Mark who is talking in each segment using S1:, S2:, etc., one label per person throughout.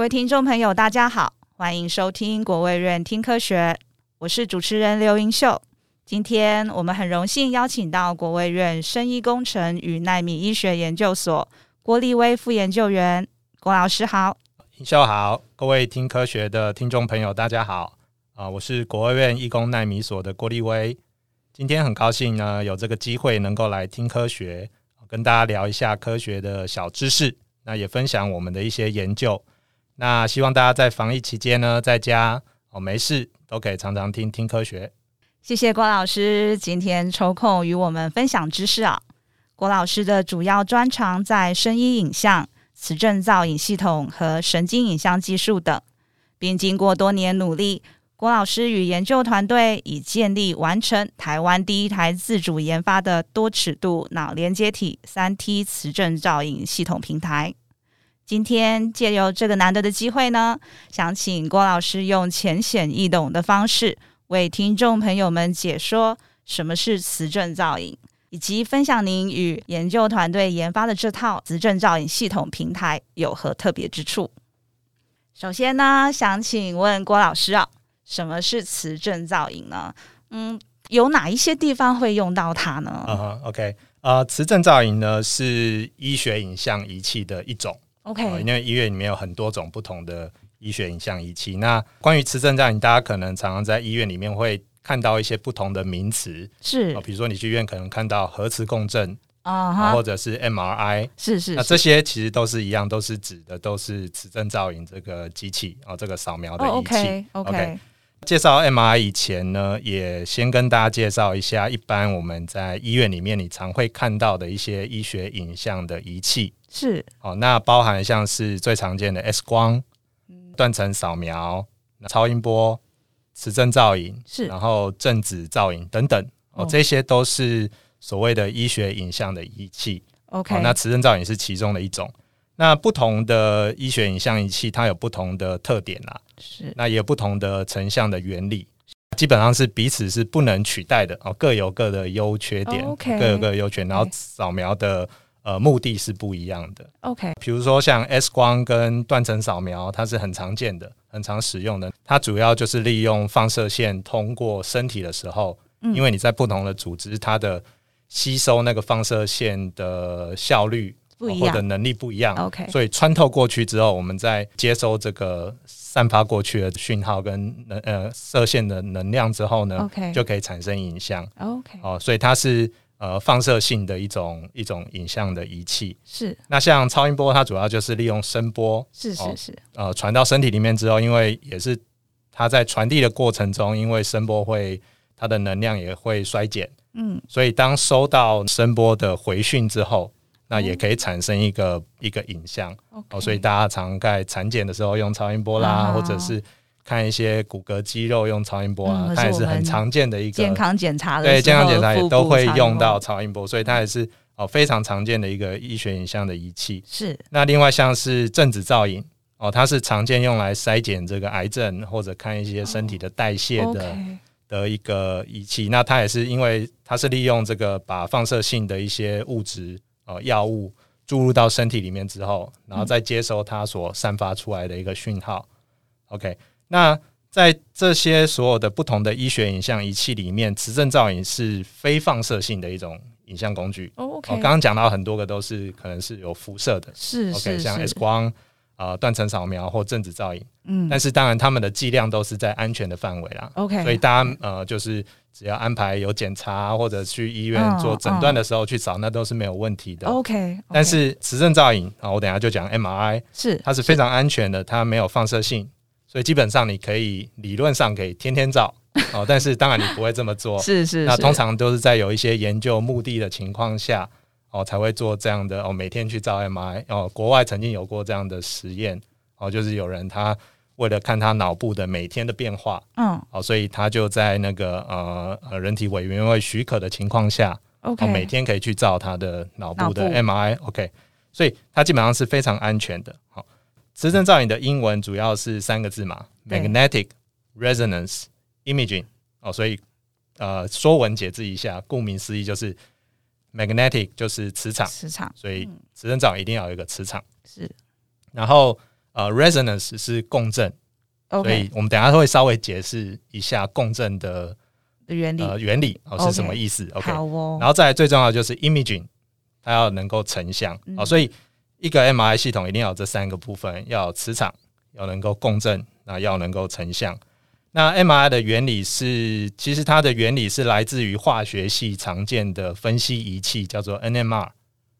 S1: 位听众朋友，大家好，欢迎收听国卫院听科学，我是主持人刘英秀。今天我们很荣幸邀请到国卫院生医工程与纳米医学研究所郭立威副研究员，郭老师好。
S2: 英秀好，各位听科学的听众朋友，大家好啊、我是国务院义工奈米所的郭立威。今天很高兴呢，有这个机会能够来听科学，跟大家聊一下科学的小知识，那也分享我们的一些研究。那希望大家在防疫期间呢，在家哦没事都可以常常听听科学。
S1: 谢谢郭老师今天抽空与我们分享知识啊。郭老师的主要专长在声音影像、磁振造影系统和神经影像技术等，并经过多年努力，郭老师与研究团队已建立完成台湾第一台自主研发的多尺度脑连接体三 T 磁振造影系统平台。今天借由这个难得的机会呢，想请郭老师用浅显易懂的方式为听众朋友们解说什么是磁振造影，以及分享您与研究团队研发的这套磁振造影系统平台有何特别之处。首先呢，想请问郭老师啊，什么是磁振造影呢？嗯，有哪一些地方会用到它呢？
S2: 啊哈、o k 呃，磁振造影呢是医学影像仪器的一种。哦
S1: OK，
S2: 因为医院里面有很多种不同的医学影像仪器。那关于磁振造影，大家可能常常在医院里面会看到一些不同的名词，
S1: 是
S2: 哦，比如说你去医院可能看到核磁共振，
S1: 啊
S2: 啊
S1: 哈
S2: 或，者是 MRI，
S1: 是是
S2: 那
S1: 是
S2: 这些其实都是一样，都是指的都是磁振造影这个机器啊、哦，这个扫描的
S1: 哦
S2: 仪器。
S1: ，OK OK，
S2: OK 介绍 MRI 以前呢，也先跟大家介绍一下，一般我们在医院里面你常会看到的一些医学影像的仪器。
S1: 是
S2: 哦，那包含像是最常见的 X 光、
S1: 嗯
S2: 断层扫描、超音波、磁振造影，
S1: 是
S2: 然后正子造影等等，哦，
S1: 哦
S2: 这些都是所谓的医学影像的仪器。
S1: OK，
S2: 哦，那磁振造影是其中的一种。那不同的医学影像仪器，它有不同的特点啦、
S1: 是
S2: 那也有不同的成像的原理，基本上是彼此是不能取代的哦，各有各的优缺点，
S1: 哦，OK
S2: 各有各的优缺点，然后
S1: OK
S2: 扫描的呃目的是不一样的。
S1: OK
S2: 比如说像 X 光跟断层扫描，它是很常见的、很常使用的。它主要就是利用放射线通过身体的时候，
S1: 嗯
S2: 因为你在不同的组织，它的吸收那个放射线的效率
S1: 不一
S2: 哦或者
S1: 样
S2: 能力不一样。
S1: ，OK
S2: 所以穿透过去之后，我们再接收这个散发过去的讯号跟能呃射线的能量之后呢
S1: OK
S2: 就可以产生影像
S1: OK
S2: 哦。所以它是呃放射性的一种一种影像的仪器。
S1: 是
S2: 那像超音波，它主要就是利用声波，
S1: 是
S2: 哦
S1: 是是
S2: 呃，传到身体里面之后，因为也是它在传递的过程中，因为声波会它的能量也会衰减，
S1: 嗯
S2: 所以当收到声波的回讯之后，那也
S1: 哦
S2: 可以产生一个、一个影像
S1: OK，
S2: 哦。所以大家常在产检的时候用超音波啦，
S1: 嗯啊
S2: 或者是看一些骨骼肌肉用超音波啊，
S1: 嗯
S2: 它也
S1: 可是
S2: 是
S1: 我们
S2: 很常见的一个
S1: 健康检查的
S2: 对健康
S1: 时候
S2: 检查也
S1: 腹
S2: 都
S1: 部
S2: 会
S1: 超音
S2: 用
S1: 波
S2: 到超音波，所以它也是哦非常常见的一个医学影像的仪器。
S1: 是
S2: 那另外像是正子造影哦，它是常见用来筛检这个癌症或者看一些身体的代谢
S1: 哦
S2: 的、
S1: OK
S2: 的一个仪器。那它也是因为它是利用这个把放射性的一些物质哦药物注入到身体里面之后，然后再接收它所散发出来的一个讯号。OK，那在这些所有的不同的医学影像仪器里面，磁振造影是非放射性的一种影像工具。
S1: 哦
S2: 哦，
S1: OK，
S2: 刚刚讲到很多个都是可能是有辐射的，
S1: 是
S2: OK，
S1: 是
S2: 像 X
S1: 是，
S2: 光、啊断层扫描或正子造影，
S1: 嗯
S2: 但是当然它们的剂量都是在安全的范围啦。
S1: ，OK，
S2: 所以大家呃，就是只要安排有检查或者去医院
S1: 嗯哦
S2: 做诊断的时候去扫，那都是没有问题的。
S1: OK，
S2: 但是磁振造影啊，我等一下就讲 MRI，
S1: 是
S2: 它是非常安全的，它没有放射性，所以基本上你可以理论上可以天天照哦，但是当然你不会这么做。
S1: 是是，
S2: 那
S1: 是
S2: 通常都是在有一些研究目的的情况下，哦，才会做这样的哦，每天去照 MRI 哦。国外曾经有过这样的实验哦，就是有人他为了看他脑部的每天的变化
S1: 嗯
S2: 哦，所以他就在那个呃呃人体委员会许可的情况下，哦，
S1: OK，
S2: 每天可以去照他的脑部的
S1: 脑部
S2: MRI。OK，所以它基本上是非常安全的。好、磁振造影的英文主要是三个字嘛
S1: 对
S2: ：magnetic resonance imaging。哦，所以呃，说文解字一下，顾名思义就是 magnetic 就是磁场，
S1: 磁场
S2: 所以
S1: 嗯
S2: 磁振造影一定要有一个磁场。
S1: 是
S2: 然后呃，resonance 是共振所以
S1: OK
S2: 我们等一下会稍微解释一下共振的
S1: 的原理。
S2: 呃原理哦
S1: OK
S2: 是什么意思。OK，
S1: 好哦，
S2: 然后再来最重要的就是 imaging，它要能够成像、
S1: 嗯
S2: 哦，所以一个 MRI 系统一定要有这三个部分，要有磁场，要能够共振，那要能够成像。那 MRI 的原理是，其实它的原理是来自于化学系常见的分析仪器，叫做 NMR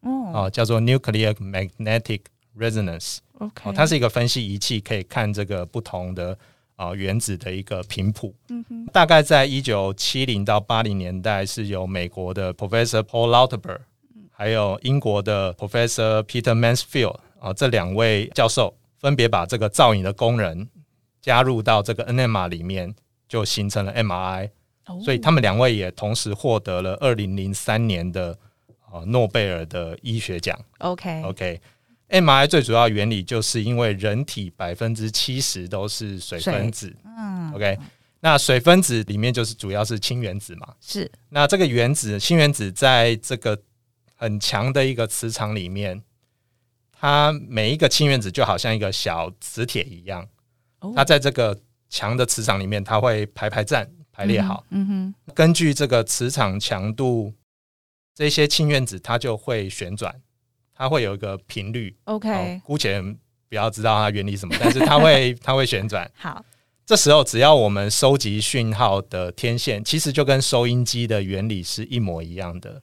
S1: 哦
S2: 哦，叫做 Nuclear Magnetic Resonance。
S1: ，OK，
S2: 哦，它是一个分析仪器，可以看这个不同的呃原子的一个频谱。
S1: 嗯哼
S2: 大概在一九七零到八零年代，是由美国的 Professor Paul Lauterbur，还有英国的 Professor Peter Mansfield 啊、这两位教授分别把这个造影的工人加入到这个 NMR 里面，就形成了 MRI。
S1: 哦
S2: 所以他们两位也同时获得了二零零三年的呃诺贝尔的医学奖。
S1: OK
S2: OK，MRI 最主要原理就是因为人体百分之七十都是水分子。
S1: 嗯
S2: OK，那水分子里面就是主要是氢原子嘛。
S1: 是
S2: 那这个原子氢原子在这个很强的一个磁场里面，它每一个氢原子就好像一个小磁铁一样，
S1: 哦
S2: 它在这个强的磁场里面，它会排排站排列好。，
S1: 嗯哼嗯
S2: 根据这个磁场强度，这些氢原子它就会旋转，它会有一个频率。
S1: 哼
S2: 哦
S1: ，OK，
S2: 姑且不要知道它原理什么，但是它 会它会旋转。
S1: 好，
S2: 这时候只要我们收集讯号的天线，其实就跟收音机的原理是一模一样的。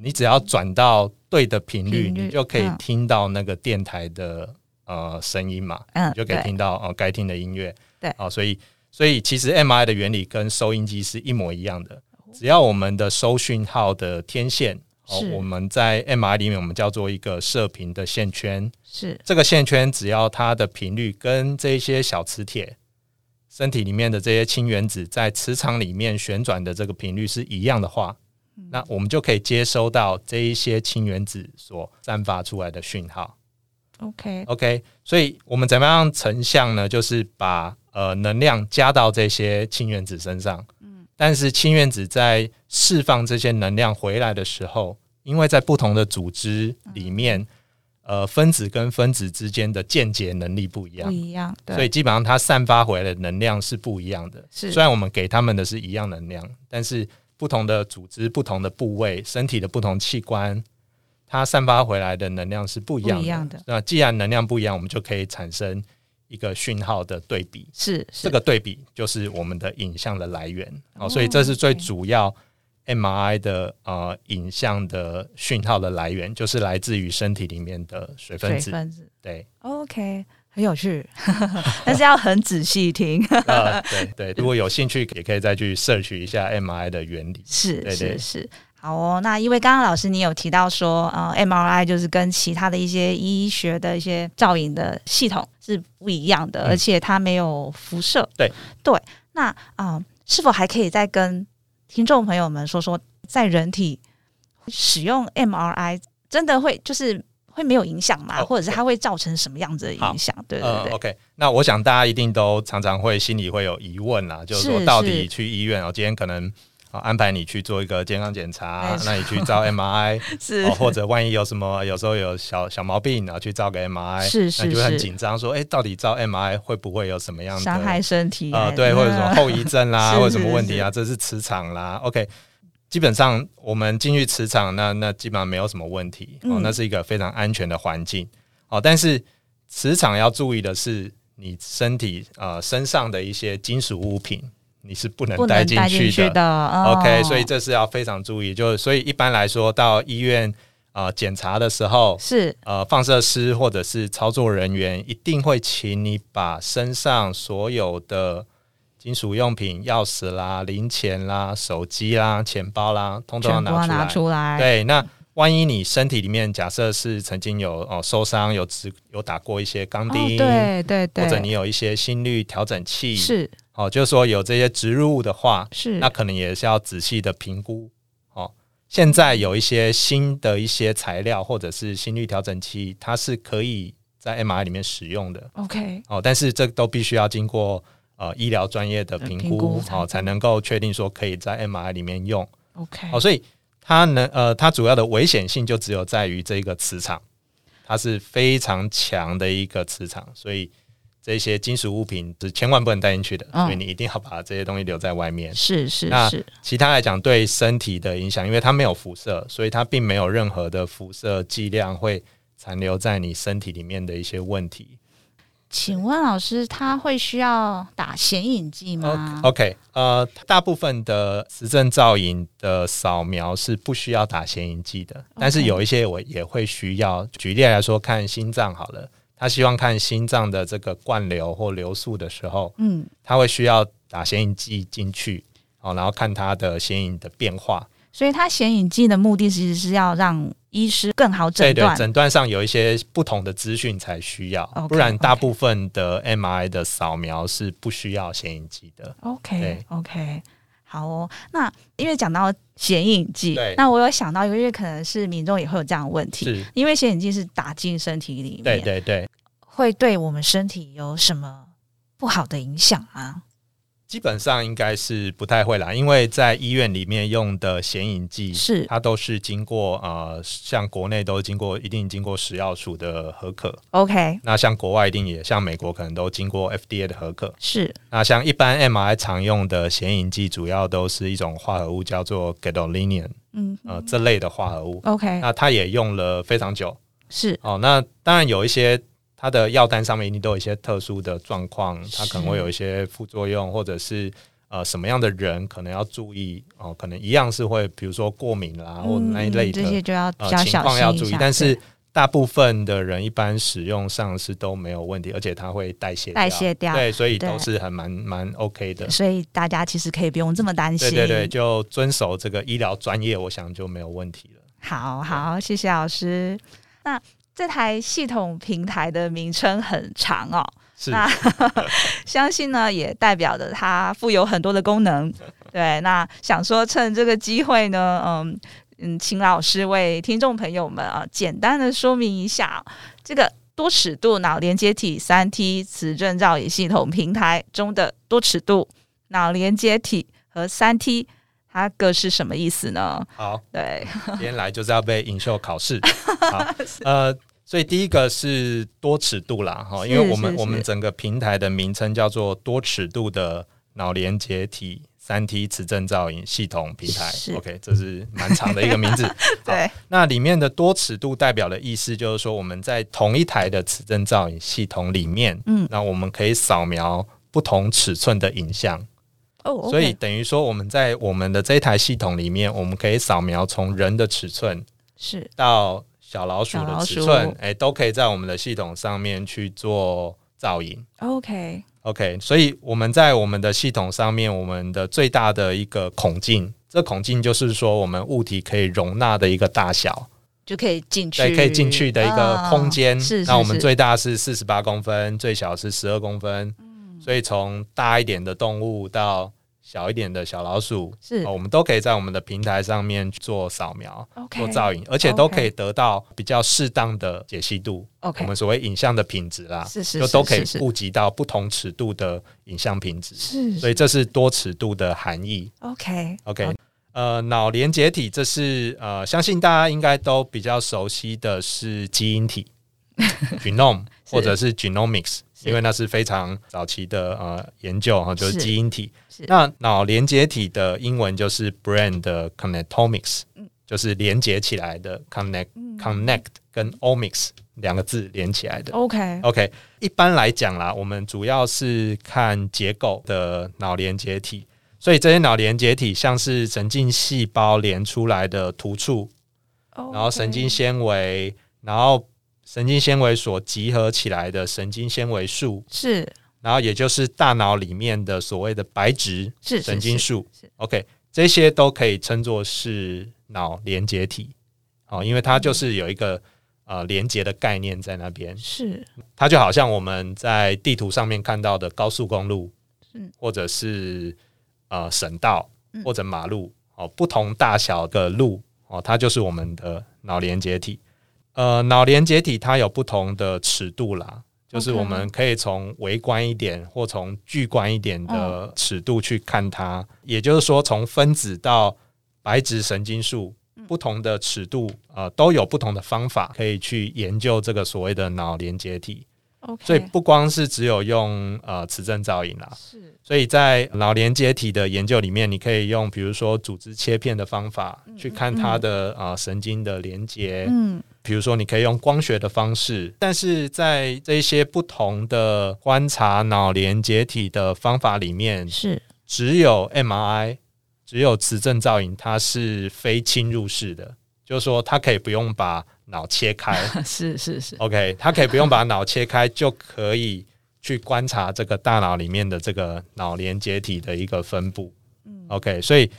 S2: 你只要转到对的频率，
S1: 嗯频率
S2: 你就可以
S1: 嗯
S2: 听到那个电台的、呃声音嘛，
S1: 嗯
S2: 你，就可以
S1: 对
S2: 听到哦该听的音乐。
S1: 对
S2: 哦，所以所以其实 MI 的原理跟收音机是一模一样的，只要我们的收讯号的天线。哦
S1: 哦是，
S2: 我们在 MI 里面，我们叫做一个射频的线圈，
S1: 是
S2: 这个线圈只要它的频率跟这些小磁铁身体里面的这些氢原子在磁场里面旋转的这个频率是一样的话，那我们就可以接收到这一些氢原子所散发出来的讯号。
S1: OK，
S2: OK，所以我们怎么样成像呢？就是把呃能量加到这些氢原子身上，嗯，但是氢原子在释放这些能量回来的时候，因为在不同的组织里面，呃，分子跟分子之间的间接能力不一
S1: 不
S2: 样，
S1: 一样，对，
S2: 所以基本上它散发回来的能量是不一样的。
S1: 是
S2: 虽然我们给他们的是一样能量，但是不同的组织、不同的部位、身体的不同器官，它散发回来的能量是不一样
S1: 不
S2: 的。
S1: 一样的
S2: 那既然能量不一样，我们就可以产生一个讯号的对比。
S1: 是是
S2: 这个对比就是我们的影像的来源哦，
S1: 哦
S2: 所以这是最
S1: OK
S2: 主要 MRI 的呃影像的讯号的来源，就是来自于身体里面的水分
S1: 水
S2: 子。
S1: 分子
S2: 对，
S1: OK，很有趣， 但是要很仔细 听。
S2: 呃，对对，如果有兴趣，也可以再去 search 一下 MRI 的原理。
S1: 是
S2: 对
S1: 是
S2: 对
S1: 是，好哦。那因为刚刚老师你有提到说，呃，MRI 就是跟其他的一些医学的一些照影的系统是不一样的，
S2: 嗯
S1: 而且它没有辐射。
S2: 对
S1: 对，那啊、呃是否还可以再跟听众朋友们说说，在人体使用 MRI 真的会就是会没有影响吗？
S2: 哦
S1: 或者是它会造成什么样子的
S2: 好
S1: 影响？对对
S2: 嗯
S1: 对，
S2: ，OK，那我想大家一定都常常会心里会有疑问啦，就是说
S1: 是
S2: 到
S1: 是
S2: 底去医院哦，今天可能。啊安排你去做一个健康检查
S1: 没错，
S2: 那你去 照 MRI，
S1: 是、
S2: 哦，或者万一有什么，有时候有小小毛病，然后去照个 MRI，
S1: 是
S2: 那你
S1: 是
S2: 就会很
S1: 是，
S2: 紧张，说，哎、到底照 MRI 会不会有什么样的
S1: 伤害身体
S2: 啊、对，或者什么后遗症啦，
S1: 是
S2: 或者什么
S1: 是
S2: 问题啊，这是磁场啦。OK，基本上我们进去磁场，那那基本上没有什么问题、哦
S1: 嗯，
S2: 那是一个非常安全的环境哦。但是磁场要注意的是，你身体呃身上的一些金属物品，你是不能
S1: 不
S2: 带
S1: 能
S2: 进
S1: 带
S2: 去
S1: 进
S2: 的。
S1: 去的。
S2: OK，
S1: 哦
S2: 所以这是要非常注意，就是所以一般来说到医院啊检查的时候，
S1: 是
S2: 呃，放射师或者是操作人员一定会请你把身上所有的金属用品、钥匙啦、零钱啦、手机啦、钱包啦，通通要
S1: 全部要
S2: 拿出来。
S1: 拿出来，
S2: 对，那万一你身体里面假设是曾经有哦、受伤、有直有打过一些钢
S1: 哦
S2: 钉，
S1: 对对对，
S2: 或者你有一些心率调整器，
S1: 是
S2: 哦，就是说有这些植入物的话，
S1: 是
S2: 那可能也是要仔细的评估。哦，现在有一些新的一些材料或者是心率调整器，它是可以在 MRI 里面使用的。
S1: OK
S2: 哦，但是这都必须要经过呃医疗专业的评
S1: 呃评估
S2: 估，哦，才能够确定说可以在 MRI 里面用。
S1: OK，
S2: 哦，所以它能呃，它主要的危险性就只有在于这个磁场，它是非常强的一个磁场，所以这些金属物品是千万不能带进去的，
S1: 嗯
S2: 所以你一定要把这些东西留在外面。
S1: 是是
S2: 那
S1: 是，
S2: 其他来讲对身体的影响，因为它没有辐射，所以它并没有任何的辐射剂量会残留在你身体里面的一些问题。
S1: 请问老师，他会需要打显影剂吗
S2: OK，呃，大部分的磁振造影的扫描是不需要打显影剂的，但是有一些我也会需要。举例来说，看心脏好了，他希望看心脏的这个灌流或流速的时候，
S1: 嗯，
S2: 他会需要打显影剂进去，哦，然后看它的显影的变化。
S1: 所以它显影剂的目的其实是要让医师更好诊
S2: 对对
S1: 断。，
S2: 诊断上有一些不同的资讯才需要
S1: OK，
S2: 不然
S1: OK
S2: 大部分的 MRI 的扫描是不需要显影剂的。
S1: OK
S2: 对
S1: OK，好哦。那因为讲到显影剂
S2: 对，
S1: 那我有想到一个，因为可能是民众也会有这样的问题，
S2: 是，
S1: 因为显影剂是打进身体里面，
S2: 对对对。
S1: 会对我们身体有什么不好的影响吗？
S2: 基本上应该是不太会啦，因为在医院里面用的显影剂，
S1: 是
S2: 它都是经过呃，像国内都经过一定经过食药署的核可，
S1: OK，
S2: 那像国外一定也像美国可能都经过 FDA 的核可。
S1: 是
S2: 那像一般 MRI 常用的显影剂，主要都是一种化合物叫做 gadolinium
S1: 嗯
S2: 呃这类的化合物，
S1: OK
S2: 那它也用了非常久
S1: 是
S2: 哦。那当然有一些。它的药单上面一定都有一些特殊的状况，它可能会
S1: 是
S2: 有一些副作用，或者是呃什么样的人可能要注意哦、可能一样是会比如说过敏啦、或那一
S1: 嗯
S2: 类的
S1: 这些就要比
S2: 呃
S1: 较
S2: 情
S1: 小心
S2: 况
S1: 一下。
S2: 要注意，但是
S1: 对
S2: 大部分的人一般使用上是都没有问题，而且它会代谢
S1: 代谢掉
S2: 对，所以
S1: 对
S2: 都是很蛮蛮 OK 的。
S1: 所以大家其实可以不用这么担心。
S2: 对对对，就遵守这个医疗专业，我想就没有问题了。
S1: 好好，谢谢老师。那这台系统平台的名称很长哦，
S2: 是
S1: 那相信呢也代表着它富有很多的功 能。对，那想说趁这个机会呢，嗯嗯，请老师为听众朋友们啊简单的说明一下这个多尺度脑连接体三 T 磁振造影系统平台中的多尺度脑连接体和三 T。它各是什么意思呢？
S2: 好，
S1: 对，
S2: 今天来就是要被领袖 考试。好，呃，所以第一个是多尺度啦，哈，
S1: 是
S2: 因为我们
S1: 是
S2: 我们
S1: 是
S2: 整个平台的名称叫做多尺度的脑连接体三 T 磁振造影系统平台
S1: 是。
S2: OK，这是蛮长的一个 名字。
S1: 对，
S2: 那里面的多尺度代表的意思就是说，我们在同一台的磁振造影系统里面，
S1: 嗯
S2: 那我们可以扫描不同尺寸的影像。
S1: 哦，OK，
S2: 所以等于说我们在我们的这一台系统里面，我们可以扫描从人的尺寸
S1: 是
S2: 到小老鼠
S1: 小
S2: 的
S1: 老
S2: 尺
S1: 鼠
S2: 寸，哎、都可以在我们的系统上面去做造影。
S1: OK，
S2: OK，所以我们在我们的系统上面，我们的最大的一个孔径，这孔径就是说我们物体可以容纳的一个大小，
S1: 就可以进去，
S2: 对，可以进去的一个
S1: 啊
S2: 空间。
S1: 是，
S2: 那
S1: 是
S2: 我们
S1: 是
S2: 最大是四十八公分，最小是十二公分。
S1: 嗯
S2: 所以从大一点的动物到小一点的小老鼠，
S1: 是
S2: 哦，我们都可以在我们的平台上面去做扫描、
S1: OK
S2: 做造影，而且都可以得到比较适当的解析度。
S1: OK，
S2: 我们所谓影像的品质啦，
S1: 是是
S2: 啊就都可以
S1: 是是
S2: 顾及到不同尺度的影像品质。
S1: 是
S2: 所以这是多尺度的含义。
S1: OK
S2: OK，呃，脑连接体这是呃，相信大家应该都比较熟悉的是基因 体 （genome）
S1: 是
S2: 或者是 genomics，
S1: 是
S2: 因为那是非常早期的呃研究哈，就是
S1: 是
S2: 基因体
S1: 是。
S2: 那脑连接体的英文就是 brain 的 connectomics，就是
S1: 嗯
S2: 连接起来的 connect connect 跟 omics 两个字连起来的。
S1: OK
S2: OK，一般来讲啦，我们主要是看结构的脑连接体，所以这些脑连接体像是神经细胞连出来的突触，然后神经纤维，然后神经纤维所集合起来的神经纤维束，
S1: 是
S2: 然后也就是大脑里面的所谓的白质
S1: 是是
S2: 神经束
S1: 是是。
S2: OK，这些都可以称作是脑连接体，哦，因为它就是有一个呃连接的概念在那边。
S1: 是
S2: 它就好像我们在地图上面看到的高速公路，
S1: 嗯
S2: 或者是呃省道
S1: 嗯
S2: 或者马路哦，不同大小的路哦，它就是我们的脑连接体。呃，脑连接体它有不同的尺度啦，就是我们可以从微观一点或从巨观一点
S1: 嗯
S2: 的尺度去看它，也就是说，从分子到白质神经束，
S1: 嗯
S2: 不同的尺度，呃，都有不同的方法可以去研究这个所谓的脑连接体。
S1: OK，
S2: 所以不光是只有用呃磁振造影啦，
S1: 是
S2: 所以在脑连接体的研究里面，你可以用比如说组织切片的方法去看它的啊、呃神经的连接，
S1: 嗯
S2: 比如说你可以用光学的方式，但是在这一些不同的观察脑连接体的方法里面，
S1: 是
S2: 只有 MRI，只有磁振造影，它是非侵入式的，就是说它可以不用把脑切开
S1: 是是 是
S2: ，OK，它可以不用把脑切开就可以去观察这个大脑里面的这个脑连接体的一个分布，OK，所
S1: 嗯
S2: 以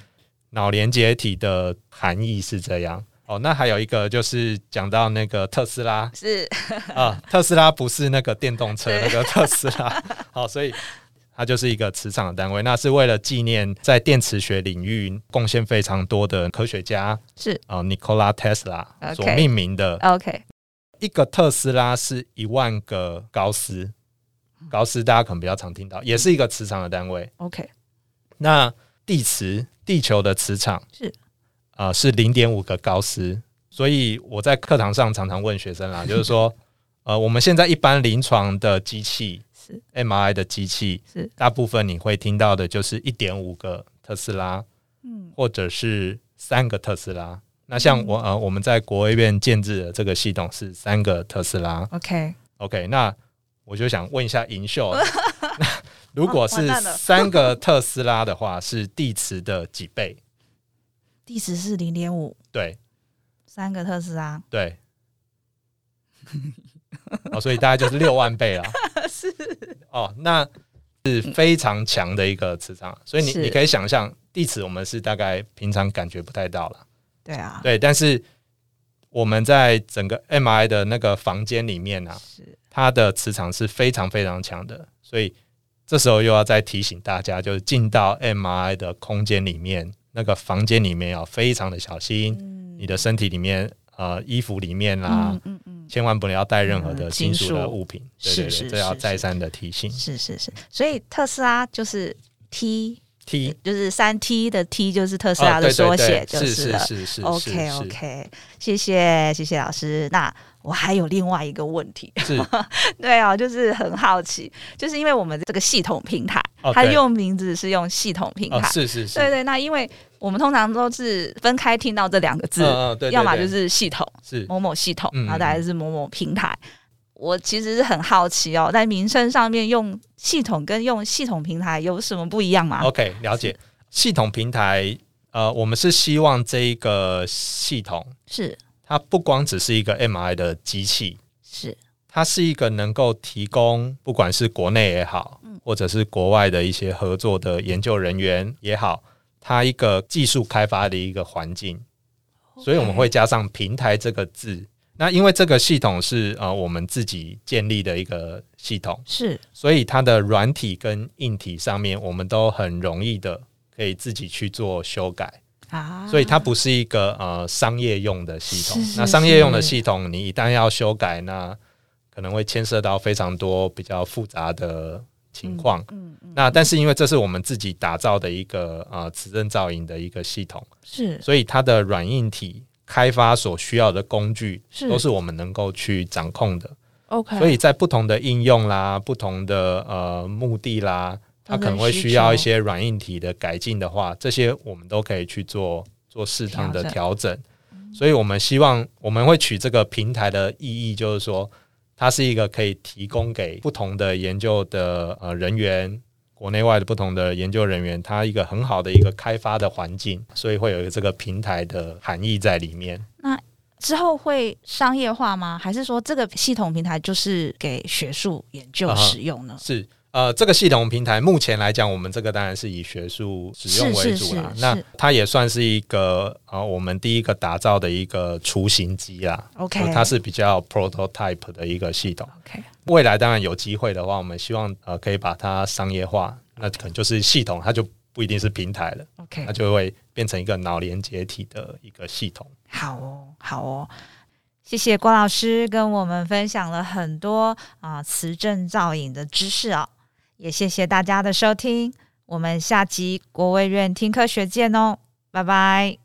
S2: 脑连接体的含义是这样。哦，那还有一个就是讲到那个特斯 拉，
S1: 是
S2: 啊，特斯拉不是那个电动车
S1: 对
S2: 那个特斯 拉，好，所以它就是一个磁场的单位。那是为了纪念在电磁学领域贡献非常多的科学家
S1: 是
S2: 啊、Nikola Tesla 啊
S1: OK
S2: 所命名的。
S1: OK，
S2: 一个特斯拉是一万个高斯，高斯大家可能比较常听到，也是一个磁场的单位。
S1: OK，
S2: 那地磁，地球的磁场
S1: 是
S2: 啊、是零点五个高斯。所以我在课堂上常常问 学生啦，就是说，呃，我们现在一般临床的机器
S1: 是
S2: MRI 的机器，
S1: 是
S2: 大部分你会听到的就是一点五个特斯拉，
S1: 嗯
S2: 或者是三个特斯拉。那像我呃，我们在国卫院建制的这个系统是三个特斯拉，
S1: OK，
S2: OK，那我就想问一下 银秀，那如果
S1: 啊完
S2: 是
S1: 蛋了
S2: 三个特斯拉的话，是地磁的几倍？
S1: 地址是零点五，
S2: 对
S1: 三个特斯拉
S2: 对。哦，所以大概就是六万倍了。
S1: 是
S2: 哦，那是非常强的一个磁场，啊所以你
S1: 是
S2: 你可以想象，地磁我们是大概平常感觉不太到了，
S1: 对啊，
S2: 对。但是我们在整个 MI 的那个房间里面啊，
S1: 是
S2: 它的磁场是非常非常强的，所以这时候又要再提醒大家，就是进到 MRI 的空间里面，那个房间里面要非常的小心，
S1: 嗯
S2: 你的身体里面、呃衣服里面啊，
S1: 嗯嗯嗯，
S2: 千万不要带任何
S1: 嗯
S2: 的
S1: 金
S2: 金属的
S1: 属
S2: 物品，对
S1: 是
S2: 对对，
S1: 是
S2: 这要
S1: 是
S2: 再
S1: 是
S2: 三的提醒。
S1: 是是是，所以特斯拉就是 T，
S2: T
S1: 就是三 T 的 T 就是特斯拉
S2: 啊，
S1: 的
S2: 对
S1: 缩
S2: 对
S1: 写，
S2: 对，
S1: 就是了。
S2: 是是
S1: OK
S2: 是
S1: OK，谢谢谢谢老师。那我还有另外一个问题，
S2: 是是
S1: 对哦，就是很好奇，就是因为我们这个系统平台，
S2: 哦
S1: 它
S2: 对
S1: 用名字是用系统平
S2: 哦
S1: 台，
S2: 是是
S1: 对
S2: 是，
S1: 对。那因为我们通常都是分开听到这两个字，
S2: 嗯嗯对，对
S1: 要么
S2: 对
S1: 就是系统
S2: 是
S1: 某某系统，
S2: 嗯
S1: 然后大概是某某平台。我其实是很好奇哦，在名称上面用系统跟用系统平台有什么不一样吗？
S2: OK，了解。系统平台，呃，我们是希望这一个系统，
S1: 是
S2: 它不光只是一个 MI 的机器，
S1: 是
S2: 它是一个能够提供不管是国内也好，或者是国外的一些合作的研究人员也好，它一个技术开发的一个环境。所以我们会加上“平台”这个字。那因为这个系统是呃我们自己建立的一个系统，
S1: 是
S2: 所以它的软体跟硬体上面，我们都很容易的可以自己去做修改，
S1: 啊，
S2: 所以它不是一个呃商业用的系统
S1: 是。是
S2: 那商业用的系统，你一旦要修改，那可能会牵涉到非常多比较复杂的情况。
S1: 嗯嗯
S2: 那但是因为这是我们自己打造的一个呃磁振造影的一个系统，
S1: 是
S2: 所以它的软硬体开发所需要的工具
S1: 是
S2: 都是我们能够去掌控的。
S1: OK，
S2: 所以在不同的应用啦、不同的呃目的啦，它
S1: 不同的
S2: 可能会
S1: 需
S2: 需要一
S1: 求
S2: 些软硬体的改进的话，这些我们都可以去做做适当的
S1: 调
S2: 调
S1: 嗯
S2: 整。所以我们希望我们会取这个平台的意义，就是说它是一个可以提供给不同的研究的呃人员。国内外的不同的研究人员，它一个很好的一个开发的环境，所以会有一个这个平台的含义在里面。
S1: 之后会商业化吗？还是说这个系统平台就是给学术研究
S2: 啊哈
S1: 使用呢？
S2: 是呃，这个系统平台目前来讲，我们这个当然是以学术使用为
S1: 是
S2: 主啦。
S1: 是是
S2: 那
S1: 是
S2: 它也算是一个呃，我们第一个打造的一个雏形机啦。
S1: OK
S2: 呃它是比较 prototype 的一个系统。
S1: OK，
S2: 未来当然有机会的话，我们希望呃可以把它商业化，那可能就是系统，它就不一定是平台了，
S1: OK，
S2: 它就会变成一个脑连接体的一个系统。
S1: 好哦，好哦。谢谢郭老师跟我们分享了很多啊、磁振造影的知识哦，也谢谢大家的收听，我们下集国卫院听科学见哦，拜拜。